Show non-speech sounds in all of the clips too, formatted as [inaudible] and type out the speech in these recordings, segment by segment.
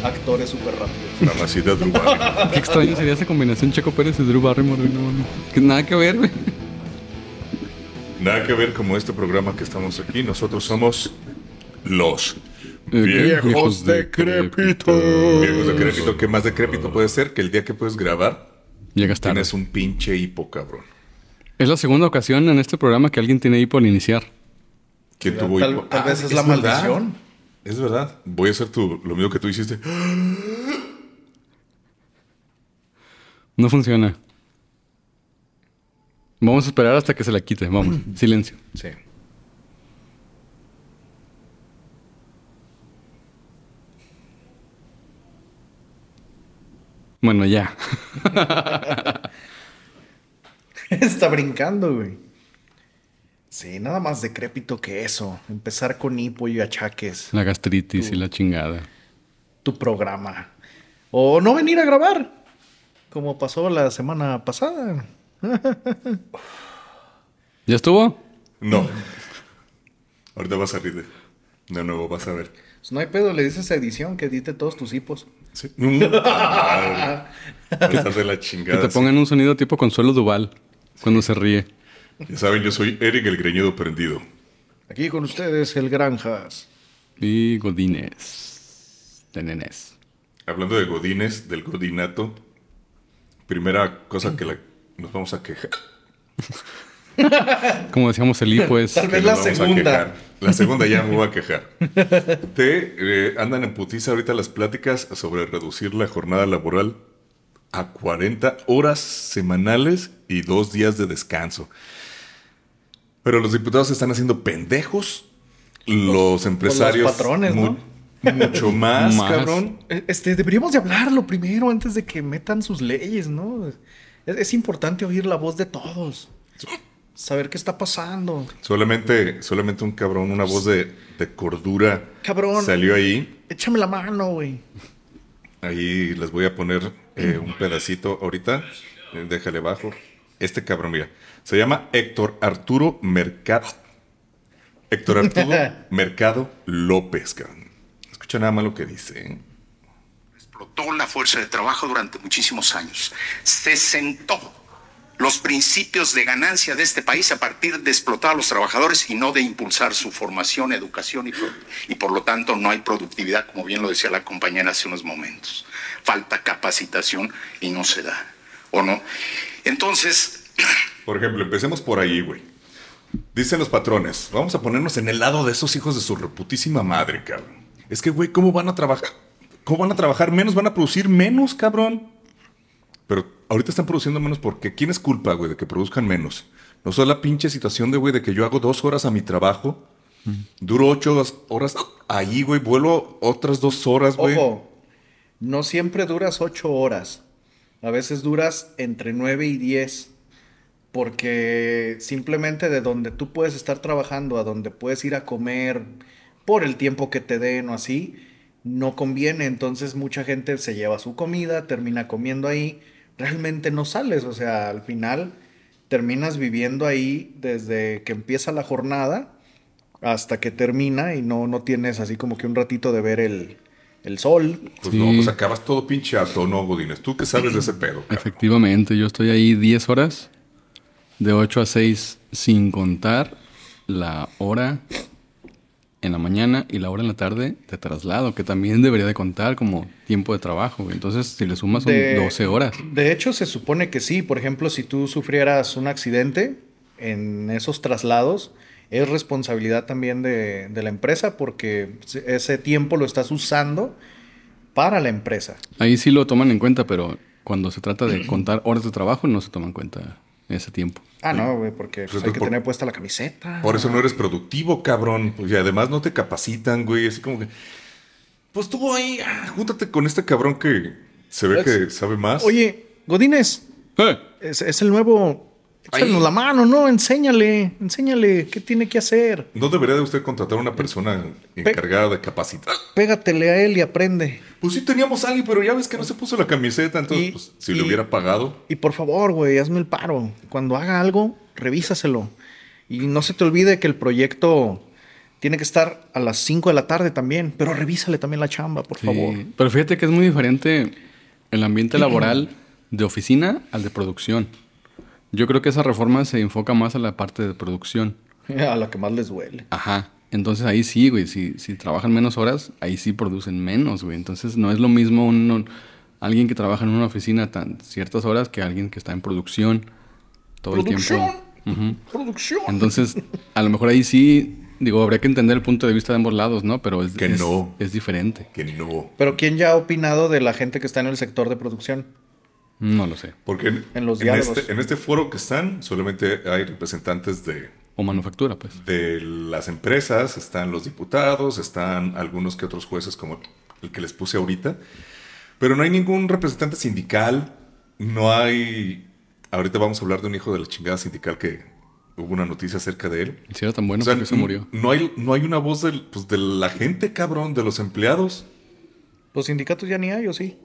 tractores súper rápidos. La racita de Drew Barrymore. Qué extraño sería esa combinación Checo Pérez y Drew Barrymore. güey, No, mames. que nada que ver, güey. Nada que ver como este programa que estamos aquí. Nosotros somos los Eh, viejos, viejos decrépitos. Viejos decrépitos. ¿Qué más decrépito puede ser que el día que puedes grabar Llegas tarde. tienes un pinche hipo, cabrón? Es la segunda ocasión en este programa que alguien tiene hipo al iniciar. ¿Quién Tal- tuvo hipo? tal vez es la pues, ah, verdad. maldición. [laughs] Es verdad. Voy a hacer tu, lo mismo que tú hiciste. No funciona. Vamos a esperar hasta que se la quite. Vamos. Silencio. Sí. Bueno, ya. Está brincando, güey. Sí, nada más decrépito que eso. Empezar con hipo y achaques. La gastritis y la chingada. Tu programa. O no venir a grabar. Como pasó la semana pasada. ¿Ya estuvo? No. Ahorita vas a reír. De de nuevo vas a ver. Pues no hay pedo, le dices a edición que edite todos tus hipos. Sí. [laughs] Mm. Ah, madre. Estás de la Que chingada. te pongan un sonido tipo Consuelo Duval cuando se ríe. Ya saben, yo soy Eric el Greñudo Prendido. Aquí con ustedes, el Granjas. Y Godines. De nenes. Hablando de Godines, del Godinato, primera cosa que la- nos vamos a quejar. Como decíamos, el pues, hipo es... Tal que vez nos la vamos a segunda. quejar. La segunda ya [laughs] me voy a quejar. Te eh, andan en putiza ahorita las pláticas sobre reducir la jornada laboral a 40 horas semanales y dos días de descanso. Pero los diputados se están haciendo pendejos. Los empresarios. Pues, patrones, ¿no? [laughs] Mucho más, Más. cabrón. Eh, Este, deberíamos de hablarlo primero antes de que metan sus leyes, ¿no? Es, es importante oír la voz de todos. Saber qué está pasando. Solamente, solamente un cabrón, una voz de, de cordura. Cabrón. Salió ahí. Échame la mano, güey. Ahí les voy a poner eh, un pedacito ahorita. Eh, Déjale bajo. Este cabrón, mira. Se llama Héctor Arturo Mercado. Héctor Arturo Mercado López, cabrón. Escucha nada más lo que dice. ¿eh? explotó la fuerza de trabajo durante muchísimos años. Se sentó los principios de ganancia de este país a partir de explotar a los trabajadores y no de impulsar su formación, educación y, pro- y por lo tanto no hay productividad, como bien lo decía la compañera hace unos momentos. Falta capacitación y no se da, ¿o no? Entonces, Por ejemplo, empecemos por ahí, güey. Dicen los patrones, vamos a ponernos en el lado de esos hijos de su reputísima madre, cabrón. Es que, güey, ¿cómo van a trabajar? ¿Cómo van a trabajar menos? ¿Van a producir menos, cabrón? Pero ahorita están produciendo menos porque ¿quién es culpa, güey, de que produzcan menos? No es la pinche situación de, güey, de que yo hago dos horas a mi trabajo, duro ocho horas ahí, güey, vuelo otras dos horas, güey. Ojo, no siempre duras ocho horas. A veces duras entre nueve y diez. Porque simplemente de donde tú puedes estar trabajando, a donde puedes ir a comer, por el tiempo que te den o así, no conviene. Entonces mucha gente se lleva su comida, termina comiendo ahí. Realmente no sales. O sea, al final terminas viviendo ahí desde que empieza la jornada hasta que termina y no, no tienes así como que un ratito de ver el, el sol. Pues Sí. no, pues acabas todo pinche a tono, Godines. ¿Tú qué sabes de ese pedo? cabrón? Efectivamente, yo estoy ahí 10 horas, de 8 a 6, sin contar la hora en la mañana y la hora en la tarde de traslado, que también debería de contar como tiempo de trabajo. güey. Entonces, si le sumas son De- 12 horas. De hecho, se supone que sí. Por ejemplo, si tú sufrieras un accidente en esos traslados, es responsabilidad también de, de la empresa porque se- ese tiempo lo estás usando para la empresa. Ahí sí lo toman en cuenta, pero cuando se trata de contar horas de trabajo, no se toma en cuenta ese tiempo. Ah, no, güey, porque pues, entonces, hay que por- tener puesta la camiseta. Por eso no eres productivo, cabrón. Y además no te capacitan, güey. Así como que. Pues tú ahí, ah, júntate con este cabrón que se ve que sabe más. Pues, Oye, Godínez, ¡Eh! es, es el nuevo... Échanos la mano, ¿no? Enséñale, enséñale qué tiene que hacer. ¿No debería de usted contratar a una persona encargada de capacitar? Pégatele a él y aprende. Pues sí teníamos a alguien, pero ya ves que no se puso la camiseta. Entonces, Y- pues, si le y- hubiera pagado. Y por favor, güey, hazme el paro. Cuando haga algo, revísaselo. Y no se te olvide que el proyecto Tiene que estar a las 5 de la tarde también, pero revísale también la chamba, por Sí, favor. [laughs] Pero fíjate que es muy diferente el ambiente laboral de oficina al de producción. Yo creo que esa reforma se enfoca más a la parte de producción. A la que más les duele. Ajá. Entonces ahí sí, güey. Si, si trabajan menos horas, ahí sí producen menos, güey. Entonces no es lo mismo uno- alguien que trabaja en una oficina tan ciertas horas que alguien que está en producción todo el Producción. tiempo. Ujú. Producción. Entonces, a lo mejor ahí sí, digo, habría que entender el punto de vista de ambos lados, ¿no? Pero es, Que es- no. es diferente. Que no. Pero ¿quién ya ha opinado de la gente que está en el sector de producción? No lo sé. Porque en, En los en diálogos. este, en este foro que están, solamente hay representantes de, O manufactura, pues. de las empresas, están los diputados, están algunos que otros jueces como el que les puse ahorita, pero no hay ningún representante sindical, no hay... Ahorita vamos a hablar de un hijo de la chingada sindical que hubo una noticia acerca de él. Si era tan bueno, O sea, mm. porque se murió. No hay, no hay una voz del- pues, de la gente, cabrón, de los empleados. Los sindicatos ya ni hay, ¿o sí?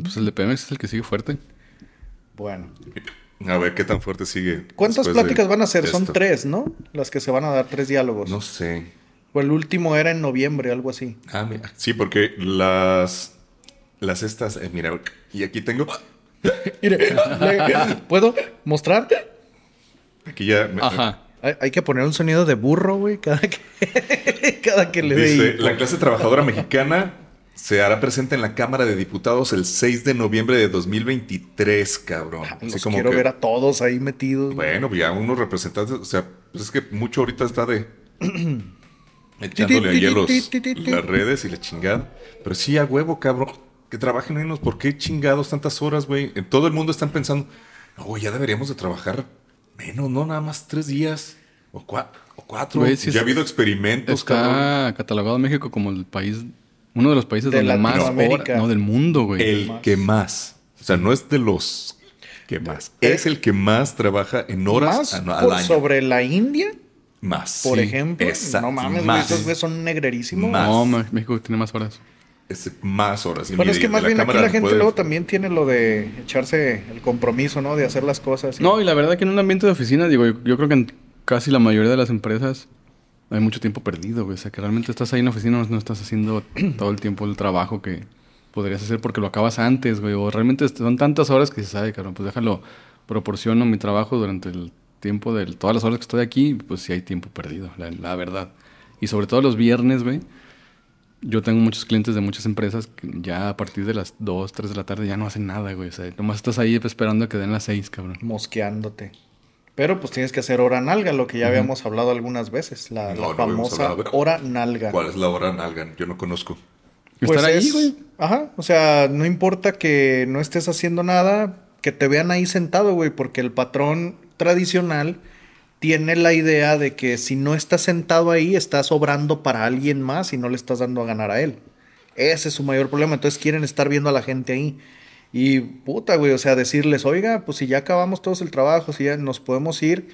Pues el de Pemex es el que sigue fuerte. Bueno. A ver qué tan fuerte sigue. ¿Cuántas después de pláticas van a ser? Son esto. tres, ¿no? Las que se van a dar, tres diálogos. No sé. O el último era en noviembre, algo así. Ah, mira. Sí, porque las. Las estas. eh, mira, y aquí tengo. [laughs] Mire, le- ¿puedo mostrar? Aquí ya. me- Ajá. Hay, hay que poner un sonido de burro, güey, cada que, [laughs] cada que le Dice: dé. La clase trabajadora mexicana se hará presente en la Cámara de Diputados el 6 de noviembre de 2023, cabrón. Los Así como Ah, pues quiero que, ver a todos ahí metidos. güey. Bueno, pues ya unos representantes. O sea, pues es que mucho ahorita está [clears throat] de. echándole ahí a los, las redes y la chingada. Pero sí, a huevo, cabrón. Que trabajen menos. ¿Por qué chingados tantas horas, güey? En todo el mundo están pensando, no, güey, ya deberíamos de trabajar menos, no, nada más tres días o, cua- o cuatro. Güey, sí ya ha es- habido experimentos, cabrón. Está catalogado México como el país, uno de los países De donde más Latinoamérica. horas, no del mundo, güey. El que más. O sea, no es de los que más. Eh. Es el que más trabaja en horas Más a- al por año. sobre la India, Más. por Sí, ejemplo. esa- no mames, güey, más. esos güey son negrerísimos. Más. No, me- México tiene más horas. Es más horas. Y Bueno, es mire, que más la bien aquí cámara la gente puede- luego también tiene lo de echarse el compromiso, ¿no? De hacer las cosas. y- No, y la verdad que en un ambiente de oficina, digo, yo, yo creo que en casi la mayoría de las empresas hay mucho tiempo perdido, güey. O sea, que realmente estás ahí en la oficina, no estás haciendo [clears throat] todo el tiempo el trabajo que podrías hacer porque lo acabas antes, güey. O realmente est- son tantas horas que se sabe, cabrón, pues déjalo, proporciono mi trabajo durante el tiempo de todas las horas que estoy aquí, pues sí hay tiempo perdido, la, la verdad. Y sobre todo los viernes, güey. Yo tengo muchos clientes de muchas empresas que ya a partir de las 2, 3 de la tarde ya no hacen nada, güey. O sea, nomás estás ahí esperando a que den las 6, cabrón. mosqueándote. Pero pues tienes que hacer hora nalga, lo que ya habíamos hablado algunas veces, la, No, la no habíamos famosa hablado. hora nalga. ¿Cuál es la hora, Nalgan? Yo no conozco. Pues Estar ahí, es- güey. Ajá, o sea, no importa que no estés haciendo nada, que te vean ahí sentado, güey, porque el patrón tradicional tiene la idea de que si no estás sentado ahí, estás obrando para alguien más y no le estás dando a ganar a él. Ese es su mayor problema, entonces quieren estar viendo a la gente ahí. Y puta, güey, o sea, decirles, oiga, pues si ya acabamos todos el trabajo, si ya nos podemos ir.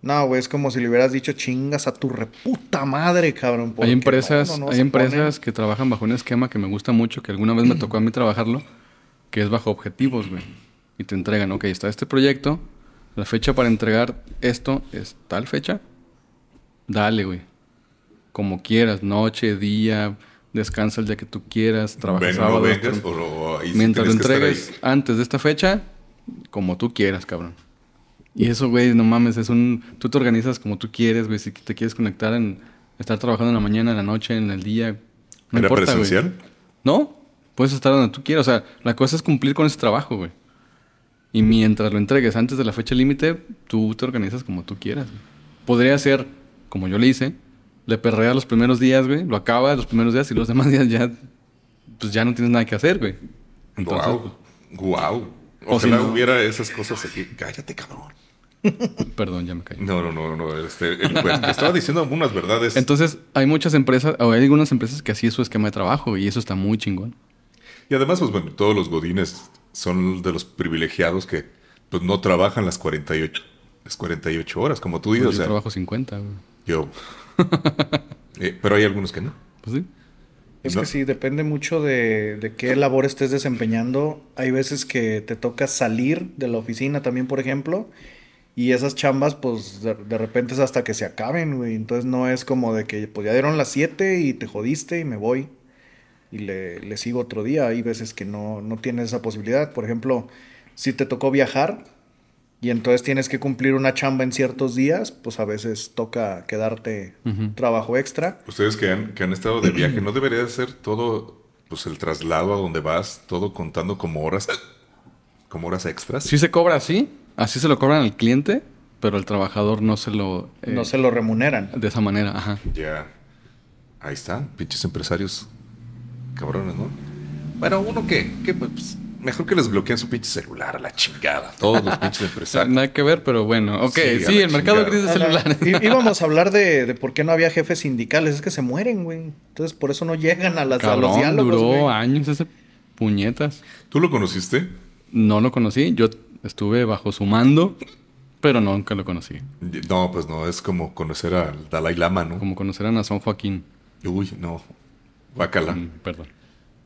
No, güey, es como si le hubieras dicho chingas a tu reputa madre, cabrón. porque Hay no, empresas, no, no, hay se empresas que trabajan bajo un esquema que me gusta mucho, que alguna vez me tocó a mí trabajarlo, que es bajo objetivos, güey. Y te entregan, ok, está este proyecto, la fecha para entregar esto es tal fecha. Dale, güey. Como quieras, noche, día, descansa el día que tú quieras, trabaja Ven o no sábados, vengas, tra- o, o ahí sí Mientras lo tienes que estar entregues ahí. antes de esta fecha, como tú quieras, cabrón. Y eso, güey, no mames, es un... Tú te organizas como tú quieres, güey. Si te quieres conectar en... Estar trabajando en la mañana, en la noche, en el día. No ¿Era importa, güey. presencial? No, puedes estar donde tú quieras. O sea, la cosa es cumplir con ese trabajo, güey. Y mientras lo entregues antes de la fecha límite, tú te organizas como tú quieras. güey. Podría ser, como yo le hice, le perrea los primeros días, güey. Lo acabas los primeros días y los demás [laughs] días ya... Pues ya no tienes nada que hacer, güey. Entonces, Guau. Guau. O Ojalá si no- hubiera esas cosas aquí. Cállate, cabrón. Perdón, ya me caí. No, no, no, no. Este, [laughs] el- pues, te estaba diciendo algunas verdades. Entonces, hay muchas empresas, o hay algunas empresas que así es su esquema de trabajo y eso está muy chingón. y además, pues bueno, todos los godines son de los privilegiados que pues, no trabajan las 48, las 48 horas, como tú dices. yo o sea, trabajo 50, güey. yo. Eh, pero hay algunos que no. Pues sí. Es No. que sí, depende mucho de, de qué labor estés desempeñando. Hay veces que te toca salir de la oficina también, por ejemplo, Y esas chambas, pues de, de repente es hasta que se acaben, güey. Entonces no es como de que, pues ya dieron las 7 y te jodiste y me voy. Y le, le sigo otro día. Hay veces que no, no tienes esa posibilidad. Por ejemplo, si te tocó viajar y entonces tienes que cumplir una chamba en ciertos días, pues a veces toca quedarte trabajo extra. Ustedes que han, que han estado de viaje, ¿no debería de ser todo, pues el traslado a donde vas, todo contando como horas, como horas extras? Sí se cobra así, así se lo cobran al cliente, pero al trabajador no se lo... eh, No se lo remuneran. De esa manera, ajá. Ya. Ahí están, pinches empresarios. Cabrones, ¿no? Bueno, uno que, que, pues, mejor que les bloqueen su pinche celular a la chingada. Todos los pinches empresarios. Nada que ver, pero bueno. Ok, Sí, a sí, la el mercado chingada. gris de celulares. I- íbamos a hablar de, de por qué no había jefes sindicales. Es que se mueren, güey. Entonces por eso no llegan a, las, a los [laughs] Cabrón, diálogos. duró ah. güey. años ese puñetas. ¿Tú lo conociste? No lo conocí, yo estuve bajo su mando, pero nunca lo conocí. No, pues no, es como conocer al Dalai Lama, ¿no? Como conocerán a San Joaquín. Uy, no. Bacala. Mm, Perdón.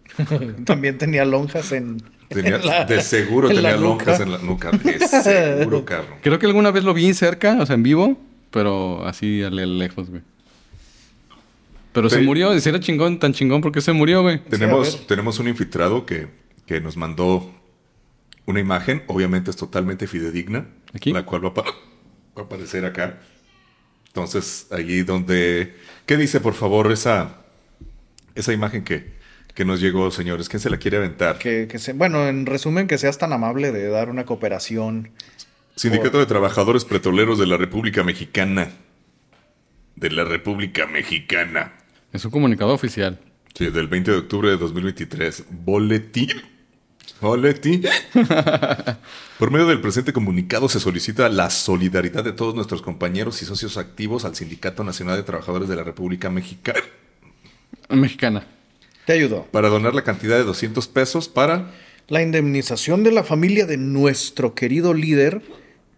[laughs] También tenía lonjas en. Tenía- en [laughs] la- de seguro en la tenía lonjas nuca. en la nuca. [laughs] De seguro, cabrón. Creo que alguna vez lo vi cerca, o sea, en vivo, pero así a le- lejos, güey. Pero se Pero- murió, si era chingón, tan chingón, porque se murió, güey? Tenemos, a ver. tenemos un infiltrado que, que nos mandó una imagen, obviamente es totalmente fidedigna, ¿Aquí? la cual va a, pa- va a aparecer acá. Entonces, allí donde... ¿Qué dice, por favor, esa, esa imagen que, que nos llegó, señores? ¿Quién se la quiere aventar? Que, que se, bueno, en resumen, que seas tan amable de dar una cooperación. Sindicato de Trabajadores Petroleros de la República Mexicana. De la República Mexicana. Es un comunicado oficial. Sí, del 20 de octubre de 2023. Boletín. Boletín. Por medio del presente comunicado se solicita la solidaridad de todos nuestros compañeros y socios activos al Sindicato Nacional de Trabajadores de la República Mexicana Mexicana. Te ayudó. para donar la cantidad de 200 pesos para... La indemnización de la familia de nuestro querido líder,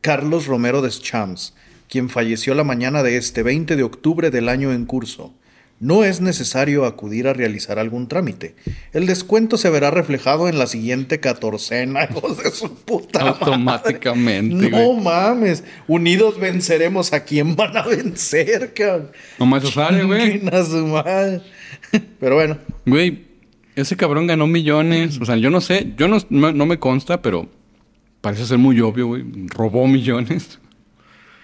Carlos Romero Deschamps, quien falleció la mañana de este 20 de octubre del año en curso. No es necesario acudir a realizar algún trámite. El descuento se verá reflejado en la siguiente catorcena, [laughs] hijos de su puta. madre. No Automáticamente, güey. mames. Unidos venceremos a quien van a vencer, cabrón. Nomás lo sabe, güey. Chinguen a su madre. Pero bueno, Güey, ese cabrón ganó millones. O sea, yo no sé, yo no, no, no me consta, pero parece ser muy obvio, güey. Robó millones.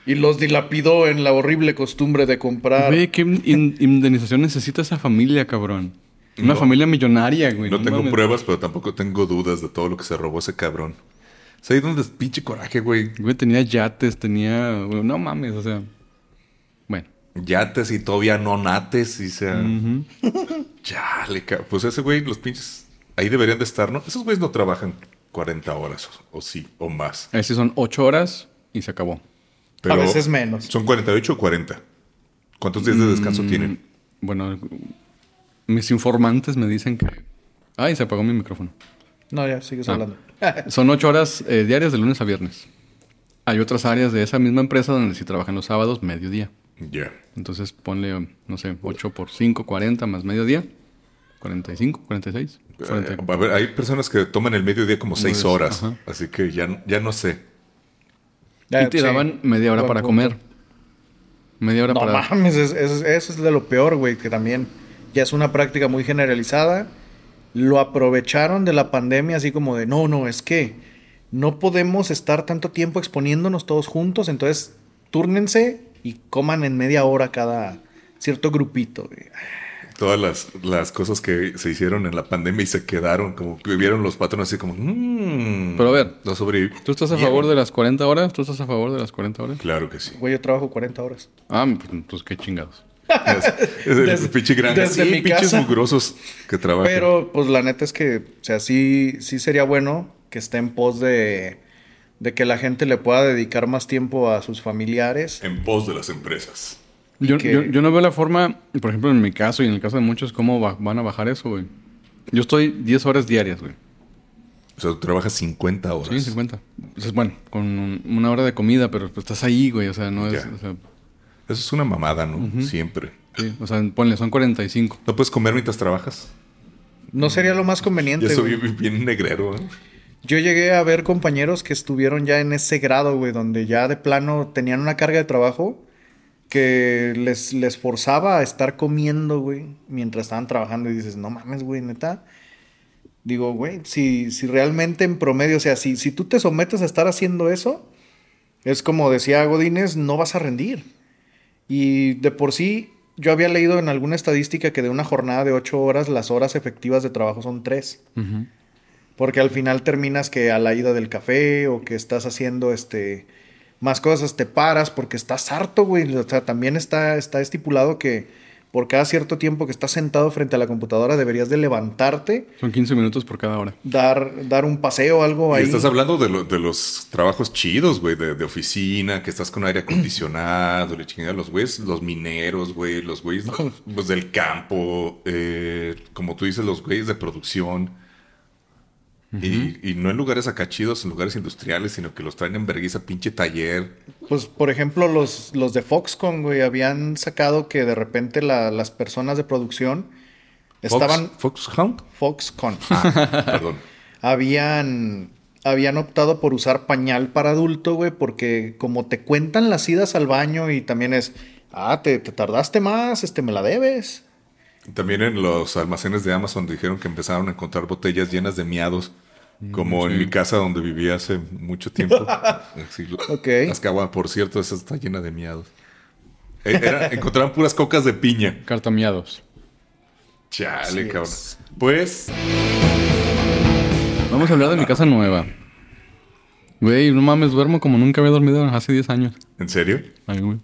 y los dilapidó en la horrible costumbre de comprar. Güey, ¿qué in- indemnización necesita esa familia, cabrón? Una No. familia millonaria, güey. No tengo mames. pruebas, pero tampoco tengo dudas de todo lo que se robó ese cabrón. Es ahí donde es pinche coraje, güey. Güey, tenía yates, tenía... güey, no mames, o sea... Bueno. Yates y todavía no nates y sea... [laughs] Chale, ca- pues ese güey, los pinches, ahí deberían de estar, ¿no? Esos güeyes no trabajan 40 horas, o, o sí, o más. A veces son ocho horas y se acabó. A veces menos. ¿Son 48 o 40? ¿Cuántos días de Mm. descanso tienen? Bueno, mis informantes me dicen que... Ay, se apagó mi micrófono. [laughs] No, ya, sigues Ah. hablando. Son ocho horas eh, diarias de lunes a viernes. Hay otras áreas de esa misma empresa donde sí trabajan los sábados, mediodía. Ya. Entonces ponle, um, no sé, 8 por 5, 40 más mediodía. 45, 46, Eh, 40. A ver, hay personas que toman el mediodía como 6 es- horas, ajá. así que ya, ya no sé. Eh, Ya, y te sí. daban media hora Buen para punto. comer. Media hora No para... mames, es- es- eso es de lo peor, güey, que también ya es una práctica muy generalizada. Lo aprovecharon de la pandemia así como de, no, no, es que no podemos estar tanto tiempo exponiéndonos todos juntos, entonces túrnense y coman en media hora cada cierto grupito. güey. Todas las, las cosas que se hicieron en la pandemia y se quedaron, como que vieron los patrones así como... "Mm, Pero a ver, no sobreviví. ¿tú estás a favor de las 40 horas? ¿Tú estás a favor de las 40 horas? Claro que sí. Güey, yo trabajo 40 horas. Ah, pues, pues qué chingados. Es, [laughs] es el Desde- pinche grande. desde sí, mi pinches casa. mugrosos que trabajan. Pero, pues la neta es que, o sea, sí, sí sería bueno que esté en pos de, de que la gente le pueda dedicar más tiempo a sus familiares. en pos de las empresas. Yo, que- yo- yo no veo la forma, por ejemplo, en mi caso y en el caso de muchos, cómo va- van a bajar eso, güey. Yo estoy 10 horas diarias, güey. O sea, tú trabajas 50 horas. Sí, 50. Entonces, Pues bueno, con un- una hora de comida, pero pues, estás ahí, güey. O sea, no es... Ya. O sea, Eso es una mamada, ¿no? Siempre. sí, o sea, ponle, son 45. ¿No puedes comer mientras trabajas? No sería lo más conveniente. Ya soy güey. bien, bien negrero, ¿eh? Yo llegué a ver compañeros que estuvieron ya en ese grado, güey, donde ya de plano tenían una carga de trabajo que les, les forzaba a estar comiendo, güey, mientras estaban trabajando y dices, no mames, güey, neta. Digo, güey, si, si realmente en promedio, o sea, si, si tú te sometes a estar haciendo eso, es como decía Godínez, no vas a rendir. Y de por sí, yo había leído en alguna estadística que de una jornada de ocho horas, las horas efectivas de trabajo son tres. Ujú. Porque al final terminas que a la ida del café o que estás haciendo este más cosas, te paras porque estás harto, güey. O sea, también está, está estipulado que por cada cierto tiempo que estás sentado frente a la computadora deberías de levantarte, Son 15 minutos por cada hora. dar, dar un paseo, algo Y ahí. estás hablando de, lo- de los trabajos chidos, güey, de, de oficina, que estás con aire acondicionado, le chingada, los güeyes, los mineros, güey, los güeyes [laughs] los del campo, eh, como tú dices, los güeyes de producción. y, y no en lugares acá chidos, en lugares industriales, sino que los traen en vergüenza, pinche taller. Pues, por ejemplo, los, los de Foxconn, güey, habían sacado que de repente la- las personas de producción estaban... Fox, Foxhound. Foxconn. Ah, perdón. habían, habían optado por usar pañal para adulto, güey, porque como te cuentan las idas al baño y también es, ah, te, te tardaste más, este, me la debes. También en los almacenes de Amazon dijeron que empezaron a encontrar botellas llenas de miados, Mm, como en mi casa donde vivía hace [laughs] mucho tiempo. Así lo- Ok. Azkaban, por cierto, esa está llena de miados. Eh, [laughs] era- encontraron puras cocas de piña. Cartameados. Chale, Así cabrón. es. Pues, Vamos a hablar de mi casa nueva. Güey, no mames, duermo como nunca había dormido hace 10 años. ¿en serio? Ay, güey.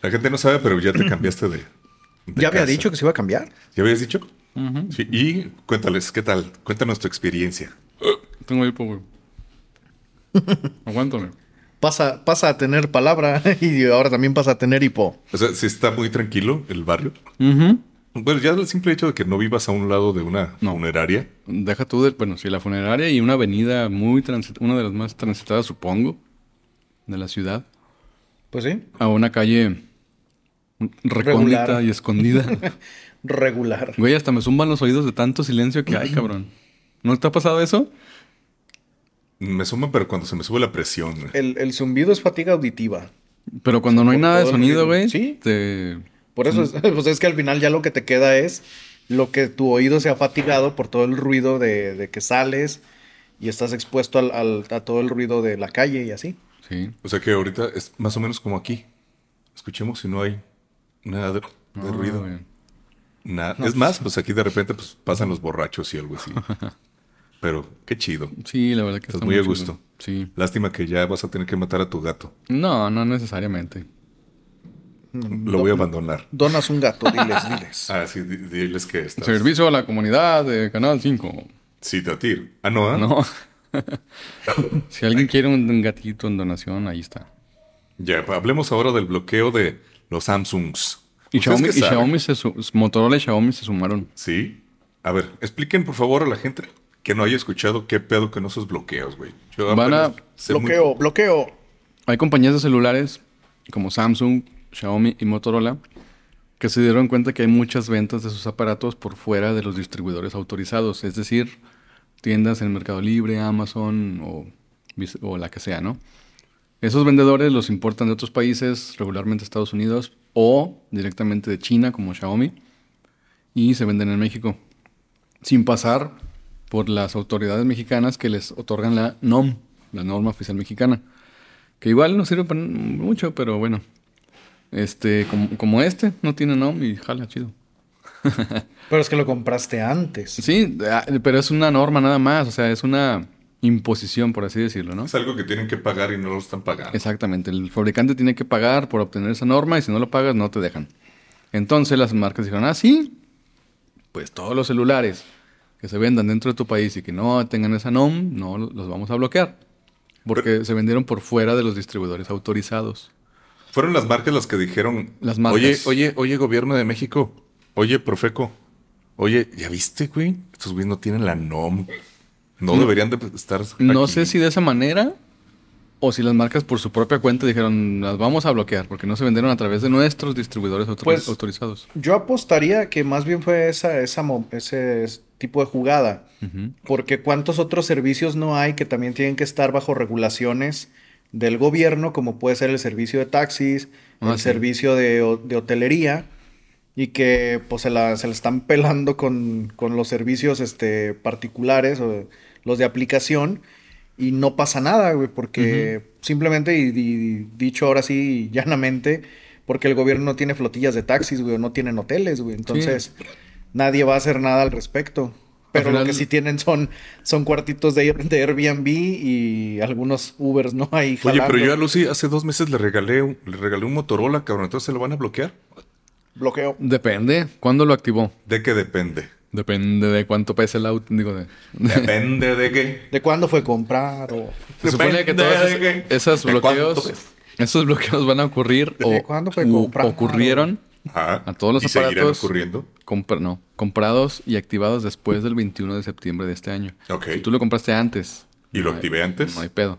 La gente no sabe, pero ya te cambiaste de. de Ya había casa. dicho que se iba a cambiar. ¿Ya habías dicho? Ujú. Sí, y cuéntales, ¿qué tal? Cuéntanos tu experiencia. Tengo hipo, [laughs] güey. Aguántame. Pasa, pasa a tener palabra [laughs] y ahora también pasa a tener hipo. O sea, si está muy tranquilo el barrio. Ujú. Bueno, ya el simple hecho de que no vivas a un lado de una No. funeraria. Deja tú, de, bueno, sí, la funeraria y una avenida muy transitada, una de las más transitadas, supongo, de la ciudad, Pues sí, a una calle recóndita Regular. [laughs] y escondida. regular. Güey, hasta me zumban los oídos de tanto silencio que hay, cabrón. ¿No te ha pasado eso? Me suma, pero cuando se me sube la presión. güey. El, el zumbido es fatiga auditiva. Pero cuando no hay Por nada de todo el sonido, ruido. güey, Sí. te... Por eso, es, [laughs] pues es que al final ya lo que te queda es lo que tu oído se ha fatigado por todo el ruido de, de que sales y estás expuesto al- al- a todo el ruido de la calle y así. Sí. O sea que ahorita es más o menos como aquí. Escuchemos si no hay nada de, de Ah, ruido. güey. Nada. es más, pues aquí de repente pues, pasan los borrachos y algo [laughs] así. pero qué chido. Sí, la verdad que Estás está muy a chido. gusto. Sí. Lástima que ya vas a tener que matar a tu gato. No, no necesariamente. Lo voy a abandonar. Donas un gato, [laughs] diles, diles. Ah, sí, di- diles que estás. Servicio a la comunidad de Canal 5. Sí, Tatir. Ah, no, ¿ah? No. [laughs] si alguien quiere un, un gatito en donación, ahí está. Ya, pa- hablemos ahora del bloqueo de los Samsungs. Y ¿Ustedes Xiaomi, qué y saben? Xiaomi se su- Motorola y Xiaomi se sumaron. Sí. A ver, expliquen por favor a la gente que no haya escuchado qué pedo con esos bloqueos, güey. Yo Van a- apenas sé muy- bloqueo, bloqueo. Hay compañías de celulares como Samsung, Xiaomi y Motorola que se dieron cuenta que hay muchas ventas de sus aparatos por fuera de los distribuidores autorizados, es decir, tiendas en Mercado Libre, Amazon o, vis- o la que sea, ¿no? Esos vendedores los importan de otros países, regularmente Estados Unidos o directamente de China como Xiaomi, y se venden en México, sin pasar por las autoridades mexicanas que les otorgan la NOM, la norma oficial mexicana que igual no sirve para mucho, pero bueno. Este, como, como este, no tiene nombre y jala chido. Pero es que lo compraste antes. Sí, ah, pero es una norma nada más, o sea, es una imposición, por así decirlo, ¿no? Es algo que tienen que pagar y no lo están pagando. Exactamente, el fabricante tiene que pagar por obtener esa norma y si no lo pagas no te dejan. Entonces las marcas dijeron, ah, sí, pues todos los celulares que se vendan dentro de tu país y que no tengan esa NOM, no los vamos a bloquear. Porque se vendieron por fuera de los distribuidores autorizados. Fueron las marcas las que dijeron, Las marcas. oye, oye, oye, gobierno de México, oye, Profeco, oye, ¿ya viste, güey? Estos güeyes no tienen la NOM. No deberían de estar No aquí". sé si de esa manera, O si las marcas por su propia cuenta dijeron, las vamos a bloquear porque no se vendieron a través de nuestros distribuidores autor- Pues- autorizados. Yo apostaría que más bien fue esa, esa, mo- ese s- tipo de jugada, Ujú. porque cuántos otros servicios no hay que también tienen que estar bajo regulaciones del gobierno, como puede ser el servicio de taxis, Ah, el sí. servicio de, ho- de hotelería, y que pues se la, se la están pelando con, con los servicios este, particulares o los de aplicación, y no pasa nada, güey, porque simplemente, y, y dicho ahora sí llanamente, porque el gobierno no tiene flotillas de taxis, güey, o no tienen hoteles, güey, entonces nadie va a hacer nada al respecto. Pero Al lo que final- sí tienen son, son cuartitos de, de Airbnb y algunos Ubers, ¿no? Ahí Oye, pero jalando. yo a Lucy hace dos meses le regalé, un- le regalé un Motorola, cabrón. Entonces se lo van a bloquear. Bloqueo. Depende. ¿Cuándo lo activó? ¿De qué [laughs] depende? Depende de cuánto pese el auto. Digo, de... Depende de qué. ¿De cuándo fue comprado? Se supone que Depende todos de es- qué. esos ¿De cuánto bloqueos, es? esos bloqueos van a ocurrir ¿Desde o cuándo fue u- comprado? ocurrieron Ajá. A todos los Ah, y seguirán aparatos- ocurriendo. compra- no, comprados y activados después del 21 de septiembre de este año. Ok. Si tú lo compraste antes. ¿Y lo no hay- activé antes? pues, No hay pedo.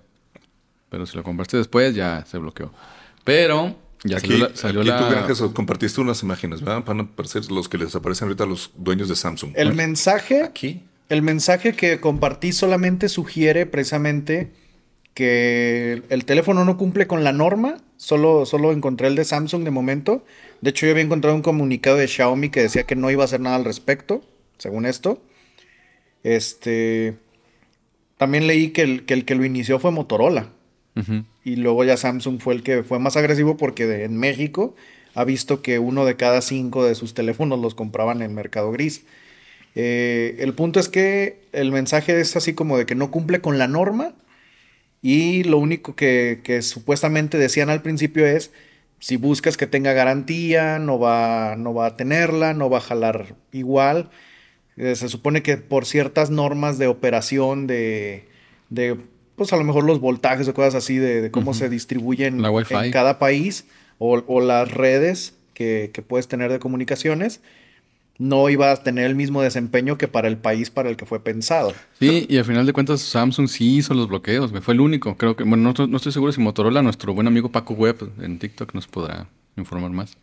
Pero si lo compraste después, ya se bloqueó. Pero ya Aquí, salió la... salió aquí la- tú, Granjas, compartiste unas imágenes, ¿verdad? Van a aparecer los que les aparecen ahorita a los dueños de Samsung. El mensaje, Aquí. el mensaje que compartí solamente sugiere precisamente que el teléfono no cumple con la norma. Solo, solo encontré el de Samsung de momento. De hecho, yo había encontrado un comunicado de Xiaomi que decía que no iba a hacer nada al respecto, según esto. Este. También leí que el que, el que lo inició fue Motorola. Ujú. Y luego ya Samsung fue el que fue más agresivo porque de- en México ha visto que uno de cada cinco de sus teléfonos los compraban en el mercado gris. Eh, el punto es que el mensaje es así como de que no cumple con la norma y lo único que, que supuestamente decían al principio es si buscas que tenga garantía, no va, no va a tenerla, no va a jalar igual. Eh, se supone que por ciertas normas de operación de, de, pues a lo mejor los voltajes o cosas así de, de cómo se distribuyen La en Wi-Fi. cada país o, o las redes que, que puedes tener de comunicaciones, no iba a tener el mismo desempeño que para el país para el que fue pensado. Sí, y al final de cuentas Samsung sí hizo los bloqueos, güey. Fue el único. Creo que, bueno, no, estoy- no estoy seguro si Motorola, nuestro buen amigo Paco Web en TikTok nos podrá informar más.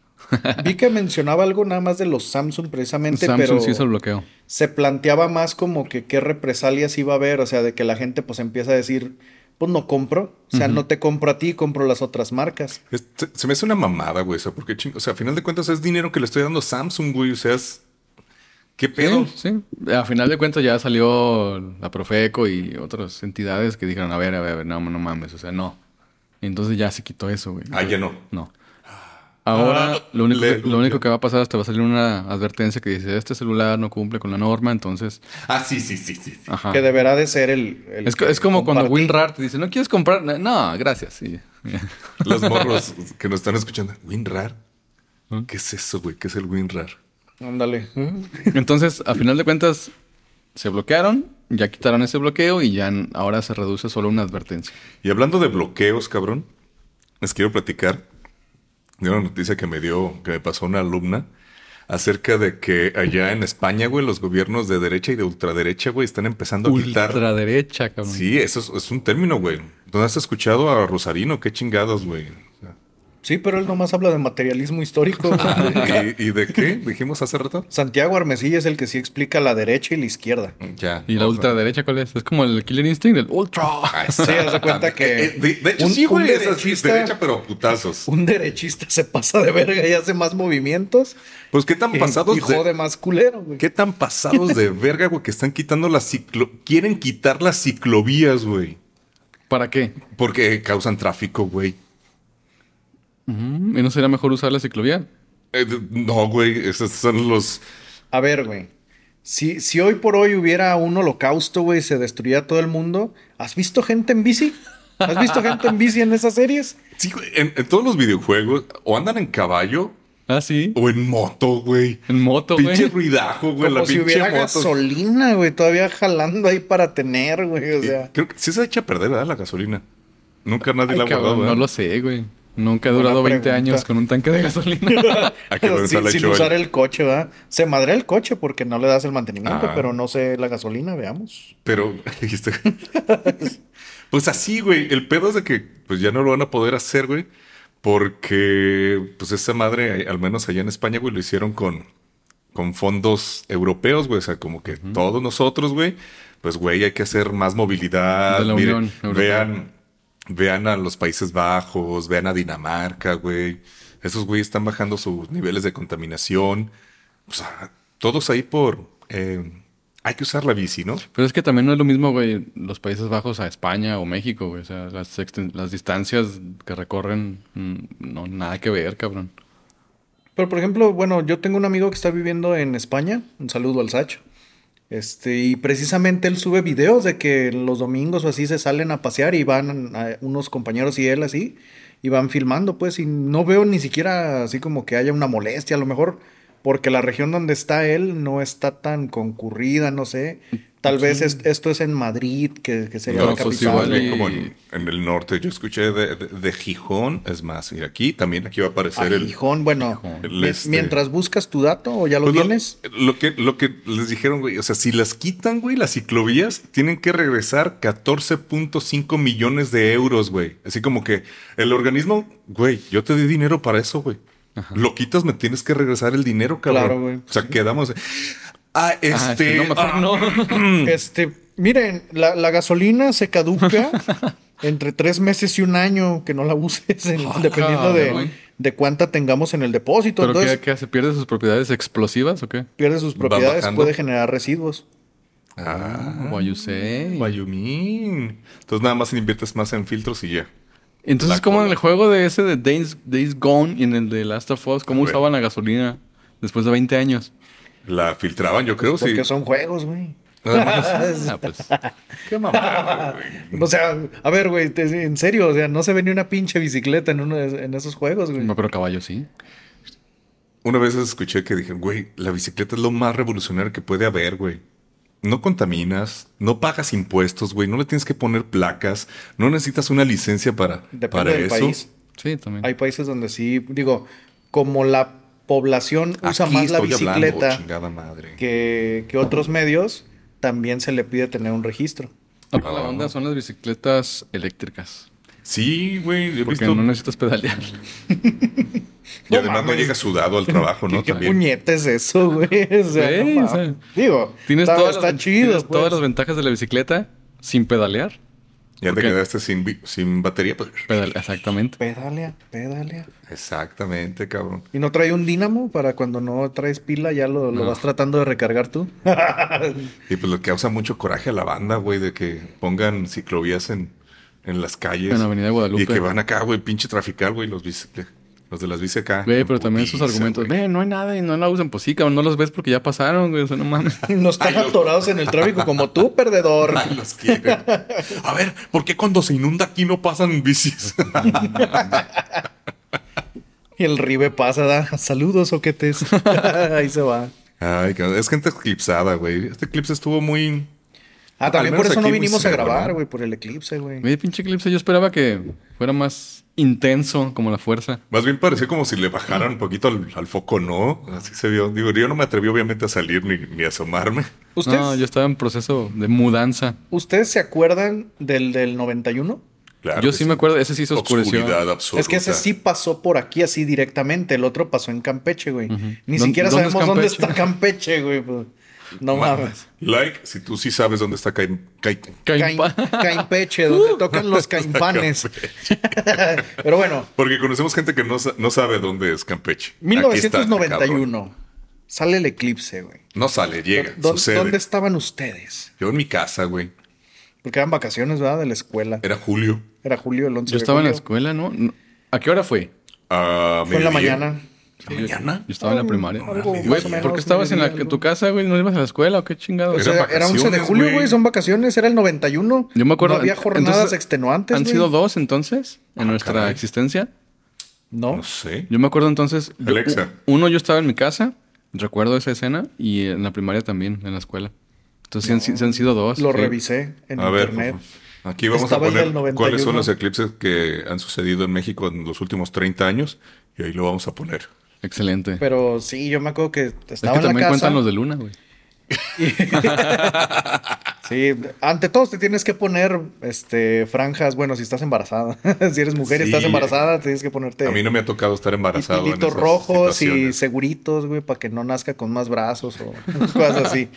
Vi que mencionaba algo nada más de los Samsung precisamente, Samsung pero sí hizo el bloqueo. se planteaba más como que qué represalias iba a haber, o sea, de que la gente pues empieza a decir, pues no compro, o sea, no te compro a ti, compro las otras marcas. Es- se, se me hace una mamada, güey. O sea, porque ching- o sea, a final de cuentas es dinero que le estoy dando a Samsung, güey. O sea, es. ¿Qué pedo? Sí, sí. A final de cuentas ya salió la Profeco y otras entidades que dijeron, a ver, a ver, a ver, no, no mames, o sea, no. Entonces ya se quitó eso, güey. Ah, ya no. No. Ahora Ah, lo, único le- que, lo único que va a pasar es que va a salir una advertencia que dice, este celular no cumple con la norma, entonces... Ah, sí, sí, sí, sí. sí. Ajá. Que deberá de ser el... el Ah. Es, co- que es como cuando compartí. WinRAR te dice, ¿no quieres comprar? No, No, gracias. Y- Los morros que nos están escuchando. WinRAR. ¿Qué es eso, güey? ¿Qué es el WinRAR? Ándale. ¿Mm? Entonces, a final de cuentas, se bloquearon, ya quitaron ese bloqueo y ya n- ahora se reduce solo a una advertencia. Y hablando de bloqueos, cabrón, les quiero platicar de una noticia que me dio, que me pasó una alumna acerca de que allá en España, güey, los gobiernos de derecha y de ultraderecha, güey, están empezando a quitar. Ultraderecha, cabrón. Sí, eso es, es un término, güey. ¿Dónde has escuchado a Rosarino? Qué [laughs] chingados, güey. O sea, Sí, pero él nomás habla de materialismo [laughs] histórico. Ah. ¿Y, y de qué? Dijimos hace rato. Santiago Armesilla es el que sí explica la derecha y la izquierda. Ya. ¿Y o la sea, ultraderecha cuál es? Es como el Killer Instinct, el Ultra. [laughs] Sí, haz de cuenta que... eh, De, de hecho, un- sí, un güey, es así, derechista- derecha, pero putazos. Un derechista se pasa de verga y hace más movimientos. Pues qué tan y- pasados y de- jode más culero, güey. ¿Qué tan pasados [laughs] de verga, güey? Que están quitando las ciclo... Quieren quitar las ciclovías, güey. ¿Para qué? Porque causan tráfico, güey. Mm, ¿Y no sería mejor usar la ciclovía? Eh, d- no, güey. Esos son los... A ver, güey. Si, si hoy por hoy hubiera un holocausto, güey, y se destruyera todo el mundo, ¿has visto gente en bici? ¿Has visto gente en bici en esas series? Sí, güey, en, en todos los videojuegos o andan en caballo Ah, sí. o en moto, güey. En moto, güey. Pinche ruidajo, [laughs] güey. La Como si pinche hubiera moto. gasolina, güey, todavía jalando ahí para tener, güey. O Eh, sea, Creo que sí se echa a perder, ¿verdad? La gasolina. Nunca nadie Ay, la ha cabrón, guardado, no ¿verdad? lo sé, güey. Nunca he Buena durado 20 pregunta. años con un tanque de gasolina. [laughs] [laughs] ¿A qué sin, la sin echó él? usar el coche, ¿verdad? Se madrea el coche porque no le das el mantenimiento, Ah. [laughs] pero no sé la gasolina, veamos. Pero, este- pues Pues así, güey. El pedo es de que pues ya no lo van a poder hacer, güey. Porque pues esa madre, al menos allá en España, güey, lo hicieron con, con fondos europeos, güey. O sea, como que todos nosotros, güey, pues, güey, hay que hacer más movilidad. De la Miren, Unión Europea. vean, vean a los Países Bajos, vean a Dinamarca, güey. Esos güey están bajando sus niveles de contaminación. O sea, todos ahí por... eh, hay que usar la bici, ¿no? Pero es que también no es lo mismo, güey, los Países Bajos a España o México, güey. O sea, las, exten- las distancias que recorren, mm, no, nada que ver, cabrón. Pero por ejemplo, bueno, yo tengo un amigo que está viviendo en España, un saludo al Sacho. Este, y precisamente él sube videos de que los domingos o así se salen a pasear y van a- unos compañeros y él así, y van filmando, pues, y no veo ni siquiera así como que haya una molestia, a lo mejor porque la región donde está él no está tan concurrida, no sé. Tal vez es- esto es en Madrid, que, que sería No, la pues capital. igual bien y- como en, en el norte. Yo escuché de, de- de Gijón, es más, mira aquí también aquí va a aparecer Ah, el. Gijón, bueno, El mi- este- mientras buscas tu dato o ya lo Pues tienes. Lo que, lo que les dijeron, güey, o sea, si las quitan, güey, las ciclovías, tienen que regresar 14.5 millones de euros, güey. Así como que el organismo, güey, yo te di dinero para eso, güey. Lo quitas, me tienes que regresar el dinero, cabrón. Claro, güey. O sea, quedamos. Ah, Ah, sí, este. no, mejor ah, no. Este, miren, la, la gasolina se [laughs] caduca entre tres meses y un año que no la uses, en- Ah, dependiendo de, cabrón. de cuánta tengamos en el depósito. ¿Pero Entonces, qué, qué hace? ¿Pierde sus propiedades explosivas o qué? pierde sus propiedades, bajando. puede generar residuos. Ah, What you say. what you mean. Entonces nada más inviertes más en filtros y ya. Entonces, La como en cola. el juego de ese de Days, Days Gone y en el de Last of Us, ¿cómo Güey. usaban la gasolina después de [laughs] 20 años? La filtraban, yo creo, Pues sí. Porque son juegos, güey. Nada más. Ah, pues. Qué mamada, güey. O sea, a ver, güey, te- en serio, o sea, no se ve ni una pinche bicicleta en uno de- en esos juegos, güey. No, pero caballo sí. Una vez escuché que dijeron, güey, la bicicleta es lo más revolucionario que puede haber, güey. No contaminas, no pagas impuestos, güey, no le tienes que poner placas, no necesitas una licencia para, Depende para del eso. país. Sí, también. Hay países donde sí, digo, como la población usa Aquí más la estoy hablando, bicicleta chingada madre. que, que otros medios, también se le pide tener un registro. Otra la onda son las bicicletas eléctricas. Sí, güey, he Porque visto. no necesitas pedalear. y además no mames. llegas sudado al trabajo, ¿no? ¿Qué También. puñete es eso, güey? [laughs] O sea, Güey, no o sea, mames. Digo, Tienes, está, todas, está las, chido. tienes pues. todas las ventajas de la bicicleta sin pedalear. Ya te ¿Por qué? quedaste este sin, bi- sin batería. pues. Pedale- exactamente. Pedalea, pedalea. Exactamente, cabrón. ¿Y no trae un dínamo para cuando no traes pila ya lo, lo No. vas tratando de recargar tú? [laughs] Y pues lo que causa mucho coraje a la banda, güey, de que pongan ciclovías en, en las calles. En la Avenida Guadalupe. Y que van acá, güey, pinche traficar, güey, los, bici- los de las bici acá. Güey, en pero también esos putiza, argumentos. güey. Ve, no hay nada y no la usan. Pues sí, cabrón, no los ves porque ya pasaron, güey. O sea, no mames. no están atorados en el tráfico como tú, perdedor. Ay, los quiero. A ver, ¿por qué cuando se inunda aquí no pasan [laughs] bicis? Y el Ribe pasa, da saludos, [laughs] oquetes. [laughs] Ahí se va. Ay, cabrón, es gente eclipsada, güey. Este eclipse estuvo muy... Ah, Al también por menos eso no aquí muy vinimos a cerca, grabar, ¿no? güey, por el eclipse, güey. Güey, pinche eclipse. Yo esperaba que fuera más intenso como la fuerza. Más bien parecía como si le bajaran un poquito al, al foco, ¿no? Así se vio. Digo, yo no me atreví obviamente a salir ni, ni a asomarme. ¿Ustedes, No, yo estaba en proceso de mudanza. ¿Ustedes se acuerdan del, del 91? Claro yo que sí me acuerdo, ese sí se oscureció. Oscuridad absoluta. Es que ese sí pasó por aquí así directamente. El otro pasó en Campeche, güey. Ni ¿Dó- siquiera dónde es sabemos dónde Campeche? está Campeche, güey. pues. No mames. Like si tú sí sabes dónde está Caim- Caim- Caimpa- Uh. Caim- Caimpeche, donde tocan [laughs] los caimpanes. [laughs] Pero bueno, Porque conocemos gente que no, sa- no sabe dónde es Campeche. Aquí está, cabrón. 1991. Sale el eclipse, güey. no sale, llega, ¿Dó- sucede. ¿Dónde estaban ustedes? Yo en mi casa, güey. Porque eran vacaciones, ¿verdad? De la escuela. Era julio. Era julio, el 11 [laughs] Yo de estaba en la julio. escuela, ¿no? No. ¿A qué hora fue? Ah, Fue en la mediodía. mañana. ¿La mañana? Yo estaba en la primaria. Mm, algo Güey, más o ¿por menos, qué estabas en, la- mediodía, en tu casa, güey? ¿No ibas a la escuela o qué chingado? O sea, Eran era 11 de vacaciones, julio, güey. güey. Son vacaciones. Era el 91. Yo me acuerdo. No había en- jornadas entonces, extenuantes, ¿Han güey. sido dos entonces en Ah, nuestra caray. existencia? No. No sé. Yo me acuerdo entonces. yo- Alexa. u- uno, yo estaba en mi casa, recuerdo esa escena, y en la primaria también, en la escuela. Entonces, sí han- sí, han sido dos. Lo sí. revisé en A ver, internet. por favor. aquí vamos Estaba a ahí el poner 91. cuáles son los eclipses que han sucedido en México en los últimos 30 años y ahí lo vamos a poner. Excelente. Pero sí, yo me acuerdo que es estaba que en la casa. también cuentan los de Luna, güey. [laughs] Sí, ante todo te tienes que poner este, franjas. Bueno, si estás embarazada, [laughs] si eres mujer y estás Sí. embarazada, tienes que ponerte A mí no me ha tocado estar embarazado. en hilitos esas rojos y situaciones. seguritos, güey, para que no nazca con más brazos o [laughs] cosas así.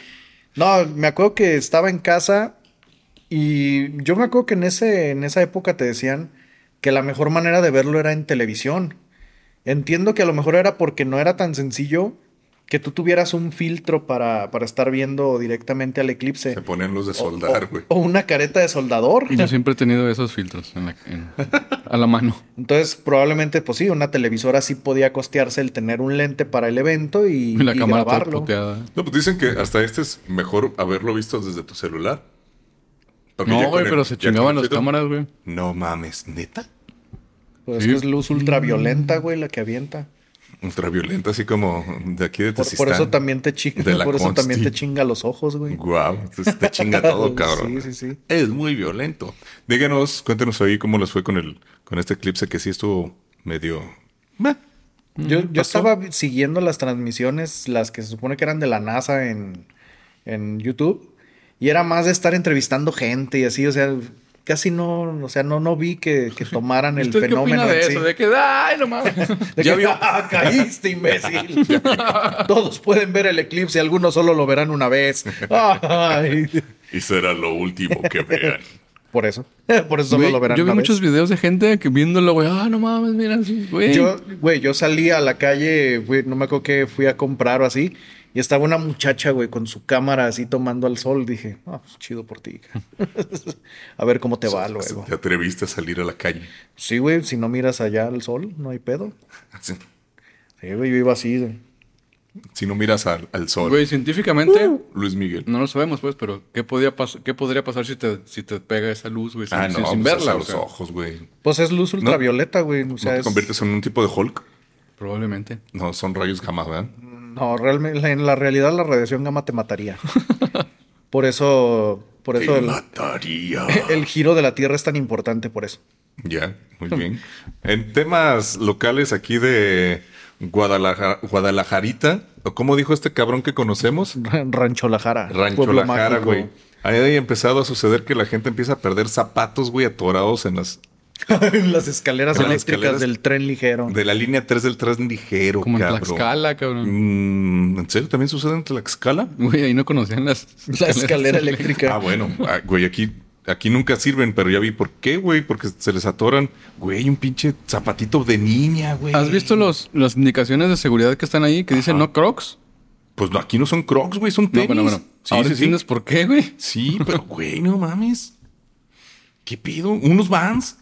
No, me acuerdo que estaba en casa y yo me acuerdo que en, ese, en esa época te decían que la mejor manera de verlo era en televisión. Entiendo que a lo mejor era porque no era tan sencillo que tú tuvieras un filtro para, para estar viendo directamente al eclipse. Se ponen los de O- soldar, o- güey. O, una careta de soldador. Yo siempre he tenido esos filtros en la- en- a la mano. Entonces, probablemente, pues sí, una televisora sí podía costearse el tener un lente para el evento y, [laughs] Y la y cámara toda grabarlo. puteada. No, pues dicen que hasta este es mejor haberlo visto desde tu celular. Porque ya No, con güey, el- pero se ya con chingaban el las filtro- cámaras, güey. No mames, neta. Pues Sí. es que es luz ultraviolenta, güey, la que avienta. Ultraviolenta, así como de aquí de Por, por Tezistán. eso también te chinga, De la [laughs] por eso también te Consti. chinga los ojos, güey. Guau, entonces te chinga todo, cabrón. [laughs] Sí, sí, sí. Es muy violento. Díganos, cuéntenos ahí cómo les fue con el con este eclipse que sí estuvo medio. Meh. Mm, Yo, yo ¿Pasó? estaba vi- siguiendo las transmisiones, las que se supone que eran de la NASA en, en YouTube, y era más de estar entrevistando gente y así, o sea, casi no, o sea, no, no vi que, [laughs] que tomaran el ¿Usted qué fenómeno opina de en sí. eso? De que, ay, no [laughs] mames. De ¿Ya que, vio? [laughs] "Ah, caíste, imbécil. Todos pueden ver el eclipse, algunos solo lo verán una vez. Ay. Y será lo último [laughs] que vean. Por eso. [laughs] Por eso solo Güey, lo verán yo vi una muchos vez. videos de gente que viéndolo, güey, ah, no mames, mira, sí, güey. Yo, güey, yo salí a la calle, güey, no me acuerdo que fui a comprar o así, y estaba una muchacha, güey, con su cámara así tomando al sol. Dije, "Ah, pues, chido por ti. [laughs] hija". a ver cómo te va luego. Te atreviste a salir a la calle. Sí, güey, si no miras allá al sol, no hay pedo. Así. Sí, güey, yo iba así. güey. Si no miras al, al sol, Güey, científicamente, Luis Miguel. no lo sabemos, pues, pero ¿qué, podía pas- qué podría pasar si te, si te pega esa luz, güey? Sin, ah, no, sin- sin pues, verla, a o los sea, ojos, güey. Pues es luz ultravioleta, güey. O ¿No sea, te es- conviertes en un tipo de Hulk? Probablemente. No, son rayos gamma, ¿verdad? No, realmente, en la realidad la radiación gamma te [laughs] mataría. por eso, por eso Te el, [laughs] mataría. el giro de la Tierra es tan importante por eso. Ya, muy bien. En temas locales aquí de Guadalajara, Guadalajarita, o como dijo este cabrón que conocemos, Rancho La Jara. Rancho Pueblo La Jara, mágico. [laughs] güey. Ahí ha empezado a suceder que la gente empieza a perder zapatos, güey, atorados en las En las escaleras En las eléctricas escaleras del tren ligero. de la línea 3 del tren ligero, Como en cabrón. Tlaxcala, cabrón. Mm, ¿En serio también sucede en Tlaxcala? Güey, ahí no conocían las [laughs] La escalera eléctricas. eléctrica. [laughs] Ah, bueno, ah, güey, aquí, aquí nunca sirven, pero ya vi por qué, güey, porque se les atoran, güey, un pinche zapatito de niña, güey. ¿Has visto los, las indicaciones de seguridad que están ahí que dicen no crocs? Pues no, aquí no son crocs, güey, son tenis. No, bueno, bueno. Sí, sí, Ahora sí. entiendes por qué, güey. pues Sí, [laughs] pero güey, no mames. ¿Qué pido? ¿Unos vans?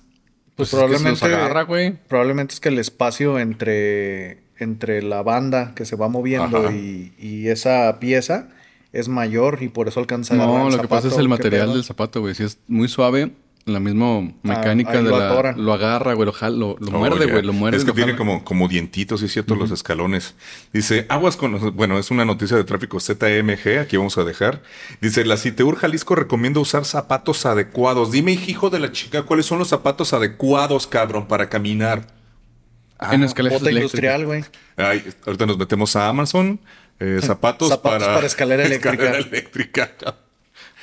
pues Pues es que se los probablemente, agarra, güey. probablemente es que el espacio entre, entre la banda que se va moviendo Ajá. y, y esa pieza es mayor y por eso alcanza a agarrar No, el lo que pasa zapato, es el ¿qué material pedo? Ah, del zapato, güey. Si es muy suave, la misma mecánica ahí de lo la- atoran. lo agarra, güey, lo, jala- lo, lo Oh, muerde, ya. güey, lo muerde. Es que lo tiene jala. como, como dientitos, sí es cierto, los escalones. Dice, aguas con los... Bueno, es una noticia de tráfico ZMG, aquí vamos a dejar. Dice, la Citeur Jalisco recomienda usar zapatos adecuados. Dime, hijo de la chica, ¿cuáles son los zapatos adecuados, cabrón, para caminar? Ah, En escaleras Bota eléctricas. industrial, güey. ay, ahorita nos metemos a Amazon. eh, zapatos, Zapatos para escalera eléctrica. [laughs] escalera eléctrica, cabrón.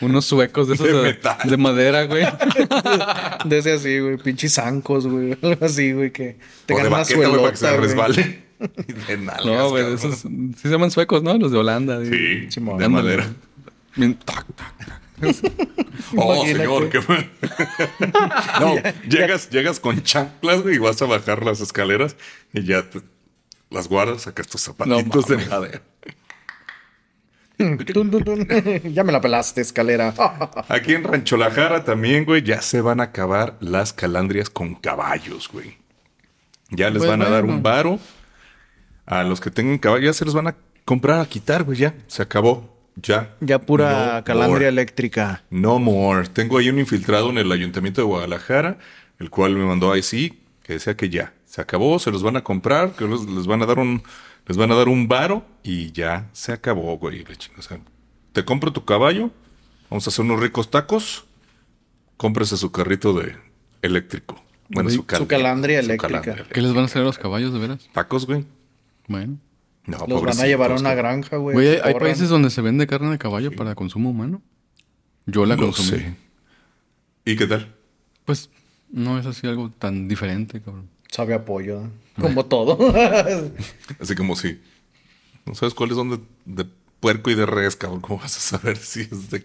Unos suecos [laughs] de esos De de, metal. de madera, [laughs] güey. Desde así, güey. Pinches zancos, güey. [laughs] Algo así, güey, que O de tengan más baqueta, güey, para que se suelota, güey. resbale. [laughs] Y de nalgas, No, güey, cabrón. esos sí se llaman suecos, ¿no? Los de Holanda. digo. Sí, Simón. de Ándale. madera. Bien, tac, tac, tac. Oh, Imagínate. señor, qué bueno. no, llegas, llegas con chanclas, güey, y vas a bajar las escaleras y ya te- las guardas, sacas tus zapatitos de madera. Tun, tun, tun. [laughs] ya me la pelaste, escalera. [laughs] Aquí en Rancho La Jara también, güey, ya se van a acabar las calandrias con caballos, güey. Ya les Pues van a dar bueno. un varo. A los que tengan caballos, ya se los van a comprar, a quitar, güey, ya. Se acabó. Ya. ya pura No calandria more. eléctrica. No more. Tengo ahí un infiltrado en el ayuntamiento de Guadalajara, el cual me mandó ahí sí, que decía que ya, se acabó, se los van a comprar, que los- les van a dar un, les van a dar un varo y ya se acabó, güey. la chinga, o sea, te compro tu caballo, vamos a hacer unos ricos tacos, cómprese su carrito de eléctrico. Bueno, Sí, su, cal- su calandria eléctrica. ¿Qué les van a hacer a los caballos, de veras? ¿Tacos, güey? Bueno. No, Los van a pobrecitos, llevar a una güey. granja, güey. Güey, hay, que hay corran. países donde se vende carne de caballo para consumo humano. Yo la No consumí. sé. ¿Y qué tal? Pues no es así algo tan diferente, cabrón. Sabe apoyo, como todo. [laughs] Así como si no sabes cuáles son de, de puerco y de res, cabrón. ¿Cómo vas a saber si es de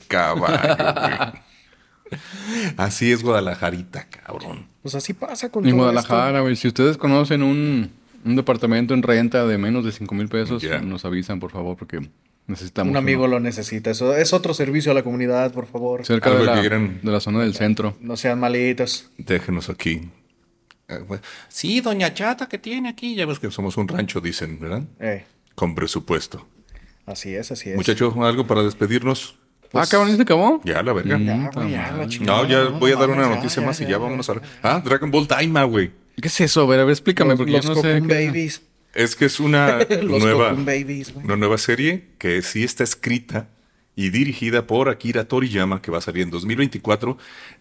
caballo? güey? [laughs] Así es Guadalajarita, cabrón. pues así pasa con En todo Guadalajara, güey. Si ustedes conocen un, un departamento en renta de menos de 5 mil pesos, Ya. nos avisan, por favor, porque esto. necesitamos. Un amigo uno. lo necesita. Eso es otro servicio a la comunidad, por favor. Cerca Algo de que la, quieran. de la zona del centro. No sean malitos. Déjenos aquí. Eh, güey. Sí, doña Chata que tiene aquí. Ya ves que somos un rancho, dicen, ¿verdad? Eh, Con presupuesto. así es, así es. Muchachos, algo para despedirnos. Pues, ah, cabrón, ¿y se acabó? Ya, la verga. Ya, Puta Ah, güey, ya, la madre. chingada, No, ya voy a dar una mames, noticia más y ya vámonos a ver. Ah, Dragon Ball Daima, güey. ¿Qué es eso? A ver, a ver, explícame, Los, porque los yo no sé. Cocoon qué- Babies. [laughs] Es que es [laughs] una Los nueva, Cocoon Babies, güey. una nueva serie que sí está escrita y dirigida por Akira Toriyama, que va a salir en 2024,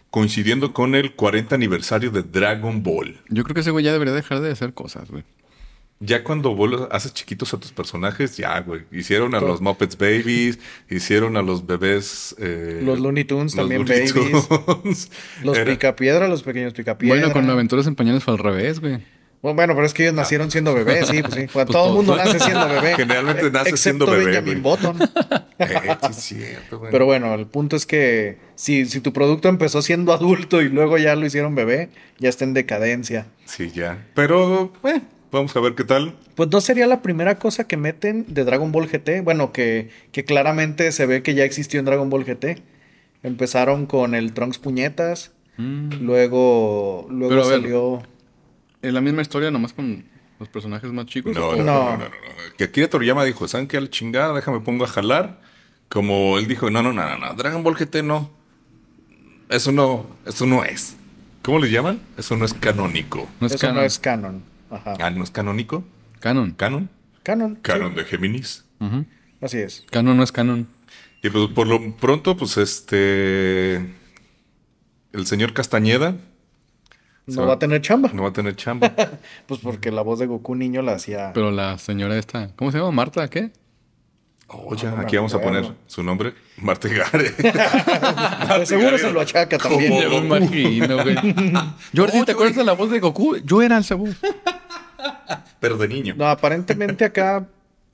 coincidiendo con el 40 aniversario de Dragon Ball. Yo creo que ese güey ya debería dejar de hacer cosas, güey. Ya cuando vos los haces chiquitos a tus personajes, ya, güey. Hicieron a los Muppets Babies, hicieron a los bebés. eh, Los Looney Tunes también babies. Tunes. Los Era- picapiedra, los pequeños picapiedra. Bueno, con aventuras en pañales fue al revés, güey. Bueno, bueno, pero es que ellos nacieron siendo bebés, sí, pues sí. [laughs] Bueno, todo el todo. mundo nace siendo bebé. [laughs] Generalmente Eh, nace siendo excepto bebé, Benjamin güey. [laughs] Button. Eh, sí es cierto, güey. Pero bueno, el punto es que si, si tu producto empezó siendo adulto y luego ya lo hicieron bebé, ya está en decadencia. Sí, ya. Pero, bueno, vamos a ver qué tal. Pues no sería la primera cosa que meten de Dragon Ball GT. Bueno, que, que claramente se ve que ya existió en Dragon Ball GT. Empezaron con el Trunks Puñetas. Luego, luego Pero a ver. salió. Mm. Es la misma historia, nomás con los personajes más chicos. No, no, no, No. no, no, no, no. Que Akira Toriyama dijo, ¿saben qué? A la chingada, déjame pongo a jalar. Como él dijo, no, no, no, no, no, Dragon Ball GT no. Eso no, eso no es. ¿Cómo le llaman? Eso no es canónico. No es eso canon. no es canon. Ajá. Ah, ¿no es canónico? Canon. ¿Canon? Canon. sí, Canon de Géminis. Ujú. así es. Canon no es canon. Y pues por lo pronto, pues este... El señor Castañeda Se No va- va a tener chamba. no va a tener [laughs] chamba. Pues porque la voz de Goku niño la hacía. Pero la señora esta, ¿cómo se llama? Marta, ¿qué? Oye, no me Oh, aquí vamos a acuerdo. poner su nombre, Marta [laughs] Gare. De Ah, seguro se lo achaca también. Como- Yo me [laughs] imagino, güey. Jordi, ¿te acuerdas de la voz de Goku? Yo era el Sabu. Pero de niño. No, aparentemente acá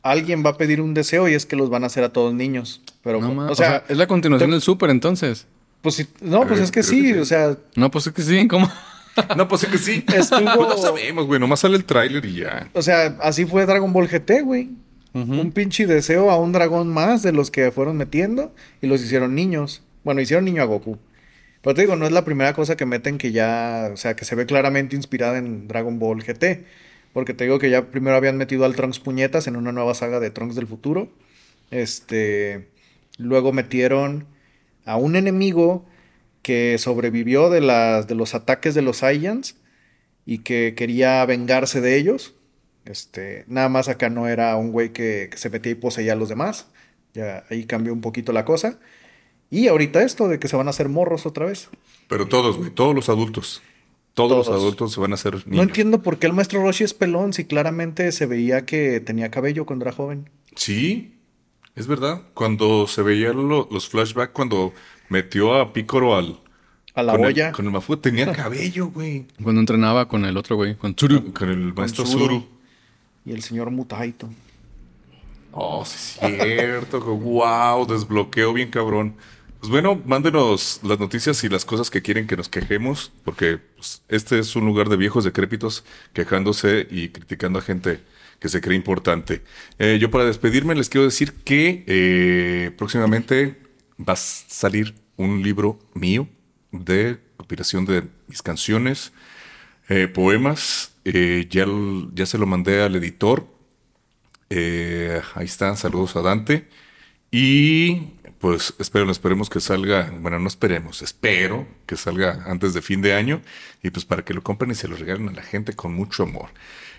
alguien va a pedir un deseo y es que los van a hacer a todos niños. Pero, No, ma- o sea, es la continuación te- del Super, entonces. pues, sí- no, pues Eh, es que creo sí, que sí. o sea, No, pues es que sí, ¿cómo? No, pues es que sí. Estuvo- Pues [laughs] no sabemos, güey. Nomás sale el tráiler y ya. o sea, así fue Dragon Ball GT, güey. Un pinche deseo a un dragón más de los que fueron metiendo y los hicieron niños. Bueno, hicieron niño a Goku. Pero te digo, no es la primera cosa que meten que ya, o sea, que se ve claramente inspirada en Dragon Ball GT. Porque te digo que ya primero habían metido al Trunks Puñetas en una nueva saga de Trunks del futuro. Este, luego metieron a un enemigo que sobrevivió de las, de los ataques de los Saiyans y que quería vengarse de ellos. Este, nada más acá no era un güey que, que se metía y poseía a los demás. Ya ahí cambió un poquito la cosa. Y ahorita esto de que se van a hacer morros otra vez. Pero todos, güey. Todos los adultos. Todos, los Todos. adultos se van a hacer niños. No entiendo por qué el maestro Roshi es pelón si claramente se veía que tenía cabello cuando era joven. Sí, es verdad. Cuando se veían lo- los flashbacks, cuando metió a Pícoro al. A la con el- olla. con el Mafu, tenía cabello, güey. Cuando entrenaba con el otro güey, con Tsuru. Con el maestro Zuru. Zuru. Y el señor Mutaito. Oh, sí, es cierto. wow, desbloqueo bien cabrón. Pues bueno, mándenos las noticias y las cosas que quieren que nos quejemos, porque pues, este es un lugar de viejos decrépitos quejándose y criticando a gente que se cree importante. Eh, yo para despedirme les quiero decir que eh, próximamente va a salir un libro mío de compilación de mis canciones, eh, poemas. Eh, ya, l- ya se lo mandé al editor, eh, ahí está, saludos a Dante. Y pues espero, esperemos que salga, bueno, no esperemos, espero que salga antes de fin de año y pues para que lo compren y se lo regalen a la gente con mucho amor.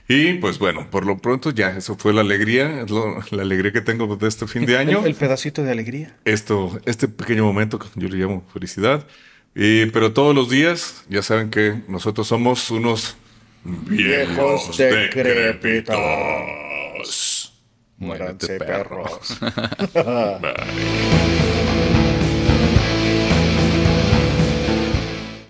Y pues bueno, por lo pronto ya, eso fue la alegría, es lo- la alegría que tengo de este fin [laughs] de año El, el pedacito de alegría. esto, este pequeño momento que yo le llamo felicidad. Y- pero todos los días, ya saben que nosotros somos unos viejos Viejos decrépitos. decrépitos. Muéranse, perros. Bye.